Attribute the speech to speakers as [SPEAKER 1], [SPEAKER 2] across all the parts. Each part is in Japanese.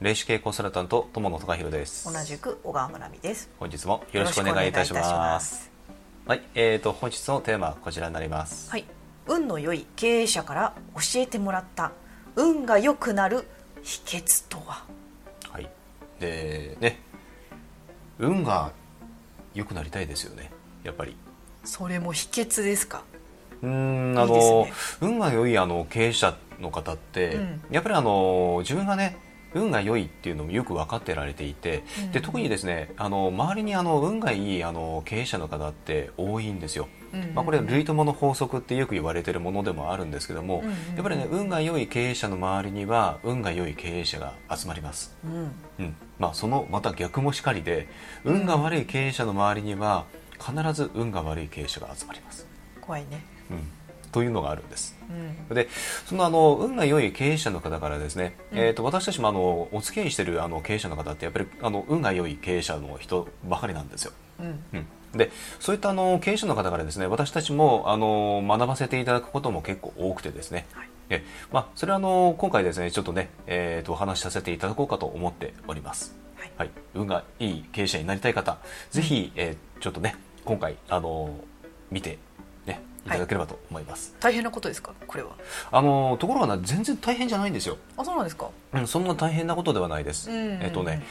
[SPEAKER 1] 霊視系コンサルタント友野隆弘です
[SPEAKER 2] 同じく小川村美です
[SPEAKER 1] 本日もよろしくお願いいたしますはいえーと本日のテーマはこちらになります
[SPEAKER 2] はい運の良い経営者から教えてもらった運が良くなる秘訣とは
[SPEAKER 1] はいでね運が良くなりたいですよねやっぱり
[SPEAKER 2] それも秘訣ですか
[SPEAKER 1] うーん
[SPEAKER 2] い
[SPEAKER 1] あ
[SPEAKER 2] いです
[SPEAKER 1] の
[SPEAKER 2] ね
[SPEAKER 1] 運が良いあの経営者の方って、
[SPEAKER 2] うん
[SPEAKER 1] やっぱりあの自分がね運が良いっていうのもよく分かってられていて、
[SPEAKER 2] うん
[SPEAKER 1] で特にですねあの周りにあの運がいいあの経営者の方って多いんですよ。
[SPEAKER 2] うん
[SPEAKER 1] まあ、これは類友の法則ってよく言われてるものでもあるんですけども、
[SPEAKER 2] うんうん
[SPEAKER 1] やっぱりね運が良い経営者の周りには運が良い経営者が集まります。
[SPEAKER 2] うん
[SPEAKER 1] うんまあ、そのまた逆もしかりで運が悪い経営者の周りには必ず運が悪い経営者が集まります。
[SPEAKER 2] 怖いね
[SPEAKER 1] うん、というのがあるんです。
[SPEAKER 2] うん
[SPEAKER 1] でそのあの運が良い経営者の方からですね、
[SPEAKER 2] うん
[SPEAKER 1] えー、と私たちもあのお付き合いしてるあの経営者の方ってやっぱりあの運が良い経営者の人ばかりなんですよ。
[SPEAKER 2] うん
[SPEAKER 1] うん、でそういったあの経営者の方からですね私たちもあの学ばせていただくことも結構多くてですね、
[SPEAKER 2] はい
[SPEAKER 1] えまあ、それはあの今回ですねちょっとね、えー、とお話しさせていただこうかと思っております。
[SPEAKER 2] はい
[SPEAKER 1] はい、運がいい経営者になりたい方、ぜひ、えーちょっとね、今回、あの見て、ね、いただければと思います。
[SPEAKER 2] 大変なことですかこれは
[SPEAKER 1] あのところがな全然大変じゃないんですよ、
[SPEAKER 2] あそうなんですか
[SPEAKER 1] うん、そんな大変なことではないです、
[SPEAKER 2] うんうんうん
[SPEAKER 1] えっとね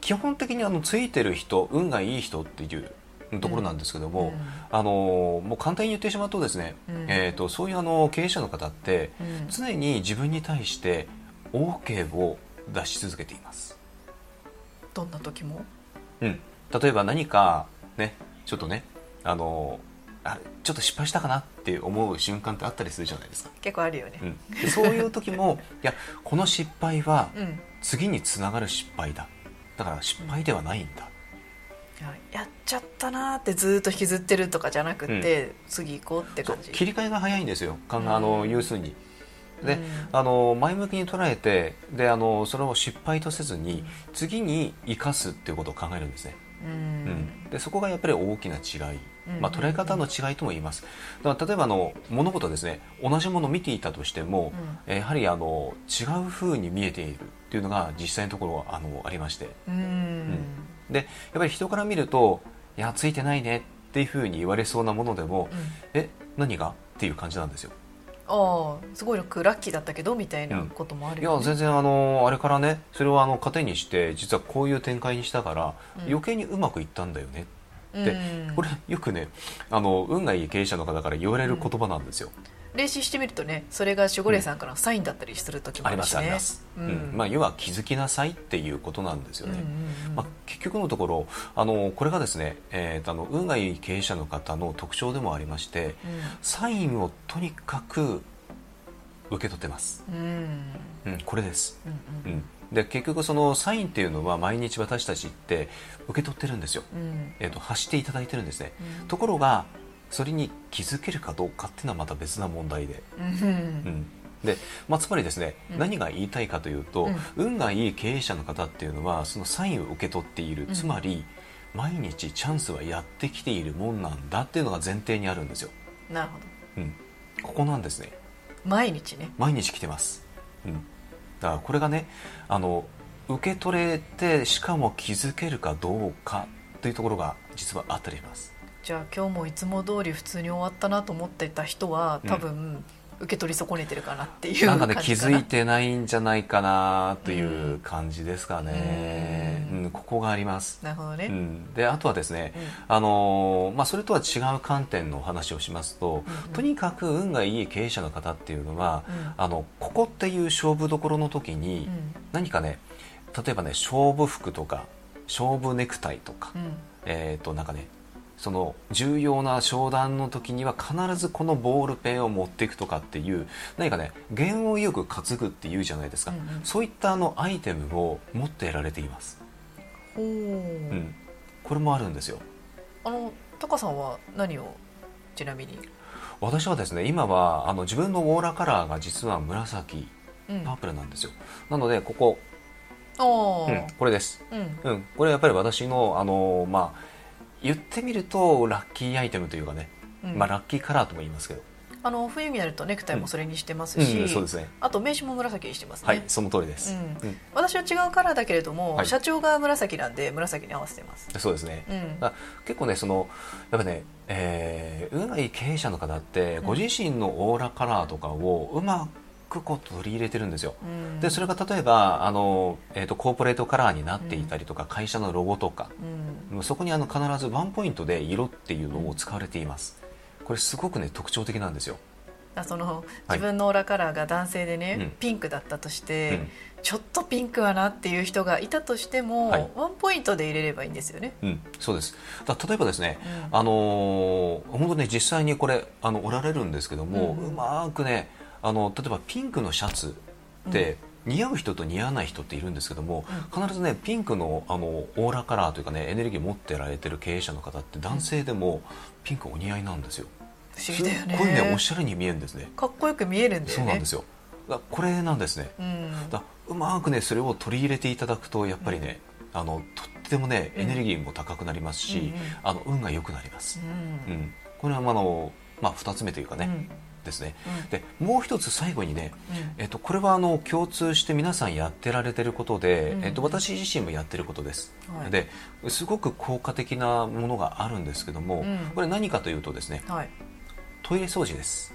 [SPEAKER 1] 基本的にあのついてる人運がいい人っていうところなんですけども、
[SPEAKER 2] うん
[SPEAKER 1] あのもう簡単に言ってしまうとですね、
[SPEAKER 2] うん
[SPEAKER 1] えっとそういうあの経営者の方って、
[SPEAKER 2] うん
[SPEAKER 1] 常に自分に対して OK を出し続けています、
[SPEAKER 2] どんな時も
[SPEAKER 1] うん、例えば何かねちょっとねあのあれちょっと失敗したかなって思う瞬間ってあったりするじゃないですか、
[SPEAKER 2] 結構あるよね
[SPEAKER 1] うん、でそういう時もいやこの失敗は
[SPEAKER 2] うん、
[SPEAKER 1] 次につながる失敗だだから失敗ではないんだ、
[SPEAKER 2] やっちゃったなーってずーっと引きずってるとかじゃなくて、次行こうって
[SPEAKER 1] そう
[SPEAKER 2] 感じ
[SPEAKER 1] 切り替えが早いんですよか
[SPEAKER 2] うん
[SPEAKER 1] あの要するにで、
[SPEAKER 2] うん
[SPEAKER 1] あの前向きに捉えてであのそれを失敗とせずに次に生かすっていうことを考えるんですね、
[SPEAKER 2] う
[SPEAKER 1] うん
[SPEAKER 2] ん
[SPEAKER 1] でそこがやっぱり大きな違い
[SPEAKER 2] うん、
[SPEAKER 1] まあ、捉え方の違いとも言いますだから例えばあの物事ですね同じものを見ていたとしても、えやはりあの違うふうに見えているっていうのが実際のところはあのありまして
[SPEAKER 2] うん、
[SPEAKER 1] でやっぱり人から見ると「いやついてないね」っていうふうに言われそうなものでも
[SPEAKER 2] うん
[SPEAKER 1] 「え何が?」っていう感じなんですよ。
[SPEAKER 2] ああすごいラッキーだったけどみたいなこともあ
[SPEAKER 1] い
[SPEAKER 2] る
[SPEAKER 1] や
[SPEAKER 2] よ、ね
[SPEAKER 1] 全然あのあれからねそれをあの糧にして実はこういう展開にしたから
[SPEAKER 2] うん
[SPEAKER 1] 余計にうまくいったんだよね、
[SPEAKER 2] うん
[SPEAKER 1] これよくねあの運がいい経営者の方から言われる言葉なんですよ。
[SPEAKER 2] 練習してみるとねそれが守護霊さんからのサインだったりする時
[SPEAKER 1] あ
[SPEAKER 2] もあ
[SPEAKER 1] り
[SPEAKER 2] る
[SPEAKER 1] ま
[SPEAKER 2] し
[SPEAKER 1] すあり
[SPEAKER 2] ね
[SPEAKER 1] ます。
[SPEAKER 2] う
[SPEAKER 1] うんんまあ要は気づきなさいっていうことなんですよね。
[SPEAKER 2] うんうん
[SPEAKER 1] まあ、結局のところあのこれがですね、えーとあの運がいい経営者の方の特徴でもありましてサインをとにかく受け取ってます、
[SPEAKER 2] うんうん
[SPEAKER 1] うん、これです、
[SPEAKER 2] うん
[SPEAKER 1] う
[SPEAKER 2] うん
[SPEAKER 1] ん、で結局そのサインっていうのは毎日私たちって受け取ってるんですよ、
[SPEAKER 2] うん
[SPEAKER 1] えー、と発していただいてるんですね、
[SPEAKER 2] うん
[SPEAKER 1] ところがそれに気づけるかどうかっていうのはまた別な問題で、
[SPEAKER 2] うんうん
[SPEAKER 1] うんでまあ、つまりですね、
[SPEAKER 2] うん
[SPEAKER 1] 何が言いたいかというと、
[SPEAKER 2] うん
[SPEAKER 1] 運がいい経営者の方っていうのはそのサインを受け取っている、
[SPEAKER 2] うん
[SPEAKER 1] つまり毎日チャンスはやってきているもんなんだっていうのが前提にあるんですよ、
[SPEAKER 2] なるほど
[SPEAKER 1] うん、ここなんですね
[SPEAKER 2] 毎日ね
[SPEAKER 1] 毎日来てます、うん、だからこれがねあの受け取れてしかも気づけるかどうかというところが実はあったりします
[SPEAKER 2] じゃあ今日もいつも通り普通に終わったなと思ってた人は多分、受け取り損ねてるかなっていう
[SPEAKER 1] なん
[SPEAKER 2] 感
[SPEAKER 1] か
[SPEAKER 2] じ
[SPEAKER 1] ね
[SPEAKER 2] かな
[SPEAKER 1] 気づいてないんじゃないかなという感じですかね、
[SPEAKER 2] う
[SPEAKER 1] うんんここがあります、
[SPEAKER 2] なるほどね、
[SPEAKER 1] うん、であとはですね、
[SPEAKER 2] う
[SPEAKER 1] あのーまあ、それとは違う観点のお話をしますと、
[SPEAKER 2] うんうん
[SPEAKER 1] とにかく運がいい経営者の方っていうのは、
[SPEAKER 2] うん
[SPEAKER 1] あのここっていう勝負どころの時に、
[SPEAKER 2] うん
[SPEAKER 1] 何かね例えばね勝負服とか勝負ネクタイとか、
[SPEAKER 2] うん
[SPEAKER 1] えっ、となんかねその重要な商談の時には必ずこのボールペンを持っていくとかっていう何かね弦をよく担ぐっていうじゃないですか、
[SPEAKER 2] うんうん
[SPEAKER 1] そういったあのアイテムを持って得られています、
[SPEAKER 2] ほう
[SPEAKER 1] うん、これもあるんですよ
[SPEAKER 2] あのタカさんは何をちなみに、
[SPEAKER 1] 私はですね今はあの自分のオーラカラーが実は紫
[SPEAKER 2] うん、
[SPEAKER 1] パー
[SPEAKER 2] あ
[SPEAKER 1] プルなんですよなのでここ、
[SPEAKER 2] あ
[SPEAKER 1] うん、これです
[SPEAKER 2] うん、
[SPEAKER 1] うん、これやっぱり私の、あのーまあ、言ってみるとラッキーアイテムというかね、
[SPEAKER 2] うん
[SPEAKER 1] まあ、ラッキーカラーとも言いますけど、
[SPEAKER 2] あの冬になるとネクタイもそれにしてますし、
[SPEAKER 1] うん、そうですね。
[SPEAKER 2] あと名刺も紫にしてますね、
[SPEAKER 1] はい、その通りです。
[SPEAKER 2] う
[SPEAKER 1] うん
[SPEAKER 2] 私は違うカラーだけれども、
[SPEAKER 1] はい
[SPEAKER 2] 社長が紫なんで紫に合わせてます、
[SPEAKER 1] そうですね。
[SPEAKER 2] うん
[SPEAKER 1] あ結構ねそのやっぱね、えー、運がいい経営者の方って
[SPEAKER 2] ん
[SPEAKER 1] ご自身のオーラカラーとかをうまくこう取り入れてるんですよ。
[SPEAKER 2] うん、
[SPEAKER 1] でそれが例えばあの、えー、とコーポレートカラーになっていたりとか、会社のロゴとか
[SPEAKER 2] うん
[SPEAKER 1] そこにあの必ずワンポイントで色っていうのを使われています。これすごくね特徴的なんですよ。
[SPEAKER 2] あその自分のオーラカラーが男性でね、
[SPEAKER 1] うん
[SPEAKER 2] ピンクだったとして、
[SPEAKER 1] うん
[SPEAKER 2] ちょっとピンクはなっていう人がいたとしても、
[SPEAKER 1] はい
[SPEAKER 2] ワンポイントで入れればいいんですよね。
[SPEAKER 1] うん、そうです。だ例えばですね、
[SPEAKER 2] うん
[SPEAKER 1] あのー本当ね実際にこれあのおられるんですけども、
[SPEAKER 2] う
[SPEAKER 1] うんまくねあの例えばピンクのシャツって、似合う人と似合わない人っているんですけども、必ずねピンクのあのオーラカラーというかねエネルギーを持ってられてる経営者の方って男性でもピンクお似合いなんですよ。
[SPEAKER 2] 不思議だよね
[SPEAKER 1] すっごいねおしゃれに見えるんですね。
[SPEAKER 2] かっこよく見えるんだよ
[SPEAKER 1] そ
[SPEAKER 2] ね。
[SPEAKER 1] うなんですよ。だこれなんですね。
[SPEAKER 2] うん
[SPEAKER 1] だうまくねそれを取り入れていただくとやっぱりね、あのとってもね
[SPEAKER 2] うん
[SPEAKER 1] エネルギーも高くなりますし、
[SPEAKER 2] うんうん
[SPEAKER 1] あの運が良くなります、
[SPEAKER 2] う
[SPEAKER 1] うんんこれはまああの、まあ、2つ目というかね、
[SPEAKER 2] うん
[SPEAKER 1] ですね
[SPEAKER 2] うん
[SPEAKER 1] でもう一つ最後にね、
[SPEAKER 2] うん
[SPEAKER 1] えっと、これはあの共通して皆さんやってられてることで、
[SPEAKER 2] うん
[SPEAKER 1] えっと、私自身もやってることです、
[SPEAKER 2] はい
[SPEAKER 1] ですごく効果的なものがあるんですけども、
[SPEAKER 2] うん
[SPEAKER 1] これ何かというとですね
[SPEAKER 2] はい、
[SPEAKER 1] トイレ掃除です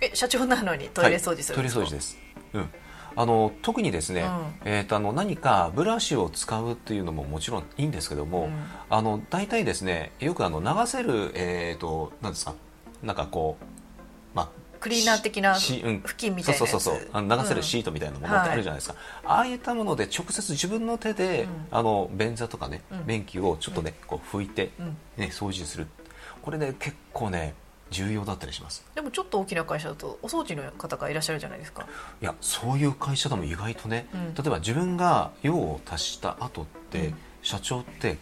[SPEAKER 2] え社長なのにトイレ掃除する
[SPEAKER 1] は
[SPEAKER 2] ん
[SPEAKER 1] いトイ
[SPEAKER 2] ですか、
[SPEAKER 1] レ掃除です、うん、あの特にですね、
[SPEAKER 2] う
[SPEAKER 1] えー、とあの何かブラシを使うっていうのももちろんいいんですけども、
[SPEAKER 2] うん
[SPEAKER 1] あの大体ですねよくあの流せる、えー、となんですかなんかこう、まあ、
[SPEAKER 2] クリーナー的な
[SPEAKER 1] しうん
[SPEAKER 2] 布巾みたいなやつ
[SPEAKER 1] そうそうそうそうあの流せるシートみたいなものってあるじゃないですか、ああいったもので直接自分の手で、
[SPEAKER 2] うん
[SPEAKER 1] あの便座とかね
[SPEAKER 2] うん
[SPEAKER 1] 便器をちょっとね、こう拭いて、
[SPEAKER 2] うん
[SPEAKER 1] ね、掃除するこれね結構ね重要だったりします
[SPEAKER 2] でもちょっと大きな会社だとお掃除の方がいらっしゃるじゃないですか、
[SPEAKER 1] いやそういう会社でも意外とね、
[SPEAKER 2] うん
[SPEAKER 1] 例えば自分が用を足した後って、
[SPEAKER 2] うん
[SPEAKER 1] 社長って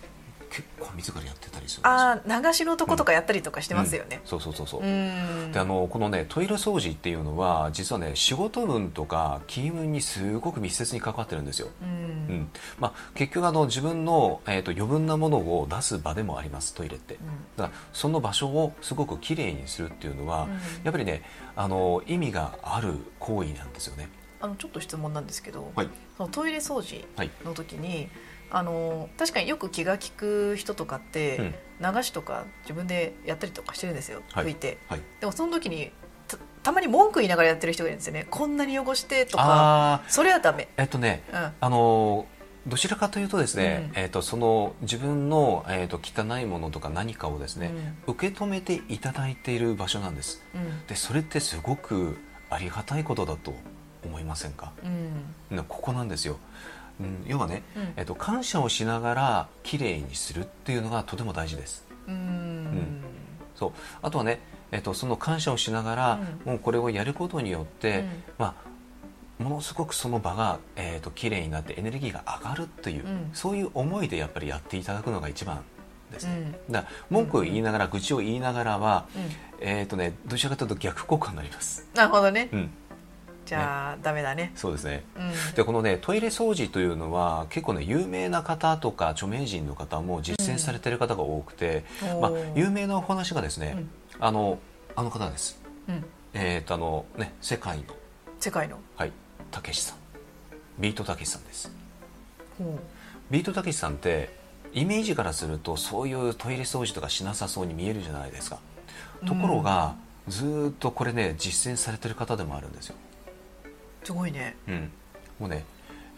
[SPEAKER 1] 結構自らやってたりするんですよ
[SPEAKER 2] ああ流しのとことかやったりとかしてますよね
[SPEAKER 1] うんそうそうそうそう、
[SPEAKER 2] うん
[SPEAKER 1] であのこのねトイレ掃除っていうのは実はね仕事運とか金運にすごく密接に関わってるんですよ、
[SPEAKER 2] う
[SPEAKER 1] うんんまあ、結局あの自分の、えー、と余分なものを出す場でもありますトイレって、だからその場所をすごくきれいにするっていうのは、
[SPEAKER 2] うん
[SPEAKER 1] やっぱりねあの意味がある行為なんですよね
[SPEAKER 2] あのちょっと質問なんですけど、
[SPEAKER 1] はい
[SPEAKER 2] そのトイレ掃除
[SPEAKER 1] はい
[SPEAKER 2] の時にあの確かによく気が利く人とかって、
[SPEAKER 1] うん
[SPEAKER 2] 流しとか自分でやったりとかしてるんですよ、
[SPEAKER 1] はい
[SPEAKER 2] 拭いて
[SPEAKER 1] はい
[SPEAKER 2] でもその時にたたまに文句言いながらやってる人がいるんですよねこんなに汚してとか
[SPEAKER 1] あ
[SPEAKER 2] それはダメ
[SPEAKER 1] ーえっとね
[SPEAKER 2] うんうん
[SPEAKER 1] あのどちらかというとですね、
[SPEAKER 2] うん
[SPEAKER 1] えっとその自分の、えっと汚いものとか何かをですね、受け止めていただいている場所なんですでそれってすごくありがたいことだと思いませんか
[SPEAKER 2] うんうん
[SPEAKER 1] なここなんですよ、うん、要はね、
[SPEAKER 2] うん
[SPEAKER 1] えっと感謝をしながらきれいにするっていうのがとても大事です
[SPEAKER 2] うん
[SPEAKER 1] そうあとはね、えっとその感謝をしながら、もうこれをやることによって、
[SPEAKER 2] うん
[SPEAKER 1] まあ、ものすごくその場が、えー、と綺麗になってエネルギーが上がるという、
[SPEAKER 2] うん
[SPEAKER 1] そういう思いでやっぱりやっていただくのが一番です
[SPEAKER 2] う
[SPEAKER 1] ね。
[SPEAKER 2] ん
[SPEAKER 1] だから文句を言いながら、愚痴を言いながらは、
[SPEAKER 2] うん
[SPEAKER 1] えーとね、どちらかというと逆効果になります。
[SPEAKER 2] なるほどね
[SPEAKER 1] うん、
[SPEAKER 2] じゃあ、ダメだね
[SPEAKER 1] そうですね
[SPEAKER 2] うん
[SPEAKER 1] でこのねトイレ掃除というのは結構ね有名な方とか著名人の方も実践されてる方が多くて、
[SPEAKER 2] うん
[SPEAKER 1] まあ
[SPEAKER 2] おー、
[SPEAKER 1] 有名なお話がですね、
[SPEAKER 2] うん
[SPEAKER 1] あのあの方です、
[SPEAKER 2] うん
[SPEAKER 1] えーとあのね、世界の
[SPEAKER 2] 世界の
[SPEAKER 1] はい、たけしさん。ビートたけしさんです。
[SPEAKER 2] ほ
[SPEAKER 1] ビートたけしさんって、イメージからすると、そういうトイレ掃除とかしなさそうに見えるじゃないですか。ところが、ずーっとこれね、実践されてる方でもあるんですよ。
[SPEAKER 2] うすごいね
[SPEAKER 1] うん、もうね、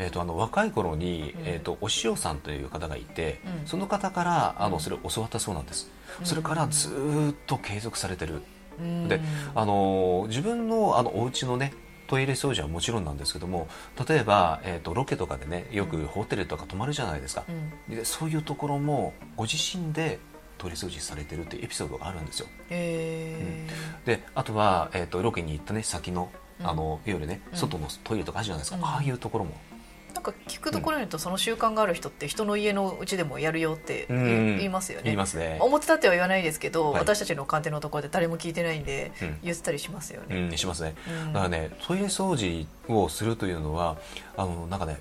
[SPEAKER 1] えー、とあの若い頃に、
[SPEAKER 2] うん
[SPEAKER 1] えー、とお塩さんという方がいて、
[SPEAKER 2] うん
[SPEAKER 1] その方からあのそれを教わったそうなんです、
[SPEAKER 2] うん
[SPEAKER 1] それからずーっと継続されてる
[SPEAKER 2] うん
[SPEAKER 1] であの自分のあのお家のねトイレ掃除はもちろんなんですけども例えば、えー、とロケとかでねよくホテルとか泊まるじゃないですか
[SPEAKER 2] う、ん
[SPEAKER 1] でそういうところもご自身でトイレ掃除されてるっていうエピソードがあるんですよ
[SPEAKER 2] え
[SPEAKER 1] であとは、えー、とロケに行ったね先の
[SPEAKER 2] うん
[SPEAKER 1] あの、いわゆるね
[SPEAKER 2] うん
[SPEAKER 1] 外のトイレとかあるじゃないですか、
[SPEAKER 2] うん
[SPEAKER 1] ああいうところも
[SPEAKER 2] ーなんか聞くところによるとその習慣がある人って人の家のうちでもやるよって言い言いますよね
[SPEAKER 1] 言いますね、
[SPEAKER 2] 表立っては言わないですけど、
[SPEAKER 1] はい
[SPEAKER 2] 私たちの鑑定のところで誰も聞いてないんで、
[SPEAKER 1] うん
[SPEAKER 2] 言ってたりしますよ
[SPEAKER 1] う
[SPEAKER 2] ね。
[SPEAKER 1] ん、しますね
[SPEAKER 2] うん
[SPEAKER 1] だからねトイレ掃除をするというのはあのなんかね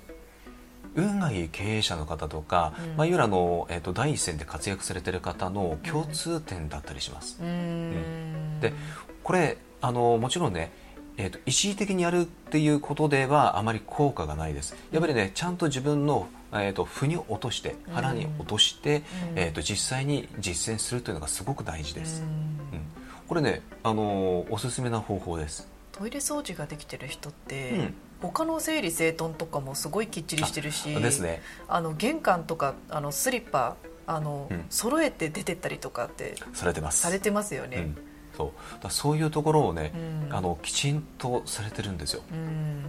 [SPEAKER 1] 運がいい経営者の方とか、
[SPEAKER 2] う
[SPEAKER 1] ま
[SPEAKER 2] ん
[SPEAKER 1] あ、いわゆるあの、えっと第一線で活躍されてる方の共通点だったりします、
[SPEAKER 2] うーん
[SPEAKER 1] でこれあのもちろんね、えーと一時的にやるっていうことではあまり効果がないですやっぱりねちゃんと自分の、えー、と腑に落として
[SPEAKER 2] うん
[SPEAKER 1] 腹に落として、
[SPEAKER 2] うん
[SPEAKER 1] えー、と実際に実践するというのがすごく大事です、
[SPEAKER 2] うん
[SPEAKER 1] うんこれね、あのーおすすめな方法です、
[SPEAKER 2] トイレ掃除ができてる人って、
[SPEAKER 1] うん
[SPEAKER 2] 他の整理整頓とかもすごいきっちりしてるし
[SPEAKER 1] ですね
[SPEAKER 2] あの玄関とかあのスリッパあの、
[SPEAKER 1] うん
[SPEAKER 2] 揃えて出てったりとかって
[SPEAKER 1] されてます
[SPEAKER 2] されてますよ
[SPEAKER 1] う
[SPEAKER 2] ね
[SPEAKER 1] ん。、そうだからそういうところをね、
[SPEAKER 2] うん
[SPEAKER 1] あのきちんとされてるんですよ、
[SPEAKER 2] うん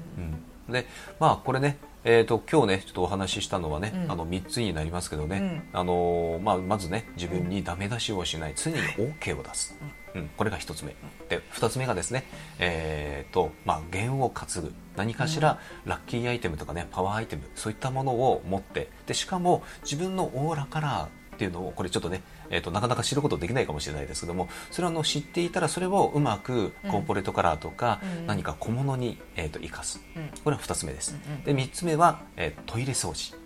[SPEAKER 1] うん、でまあこれねえー、と今日ねちょっとお話ししたのはね、
[SPEAKER 2] うん
[SPEAKER 1] あの3つになりますけどね、あのーまあ、まずね自分にダメ出しをしない常に OK を出す、うんこれが1つ目で2つ目がですねえーとまあ弦を担ぐ何かしらラッキーアイテムとかねパワーアイテムそういったものを持ってでしかも自分のオーラカラーっていうのをこれちょっとね、えー、となかなか知ることできないかもしれないですけどもそれはあの知っていたらそれをうまくコーポレートカラーとか
[SPEAKER 2] うん
[SPEAKER 1] 何か小物に、えー、と生かす
[SPEAKER 2] うん
[SPEAKER 1] これは2つ目です、
[SPEAKER 2] うんうん
[SPEAKER 1] で3つ目は、えートイレ掃除、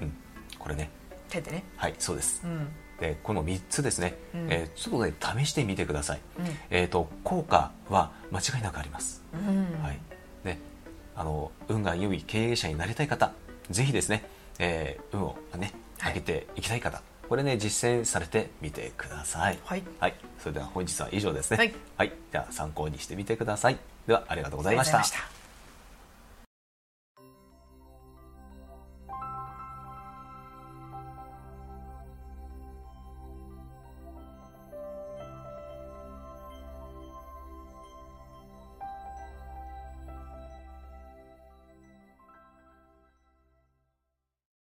[SPEAKER 2] うん
[SPEAKER 1] うん、これね
[SPEAKER 2] 手でね。
[SPEAKER 1] はいそうです
[SPEAKER 2] うん
[SPEAKER 1] でこの3つですね、
[SPEAKER 2] うん
[SPEAKER 1] えーちょっとね試してみてください、
[SPEAKER 2] うん
[SPEAKER 1] えー、と効果は間違いなくあります、
[SPEAKER 2] うん
[SPEAKER 1] はいね、あの運が良い経営者になりたい方ぜひですね、えー運をね
[SPEAKER 2] はい
[SPEAKER 1] 上げていきたい方、これね実践されてみてください
[SPEAKER 2] はい
[SPEAKER 1] はい、それでは本日は以上ですね
[SPEAKER 2] はい、
[SPEAKER 1] はい、では参考にしてみてくださいではありがとうございました
[SPEAKER 2] ありがとうございました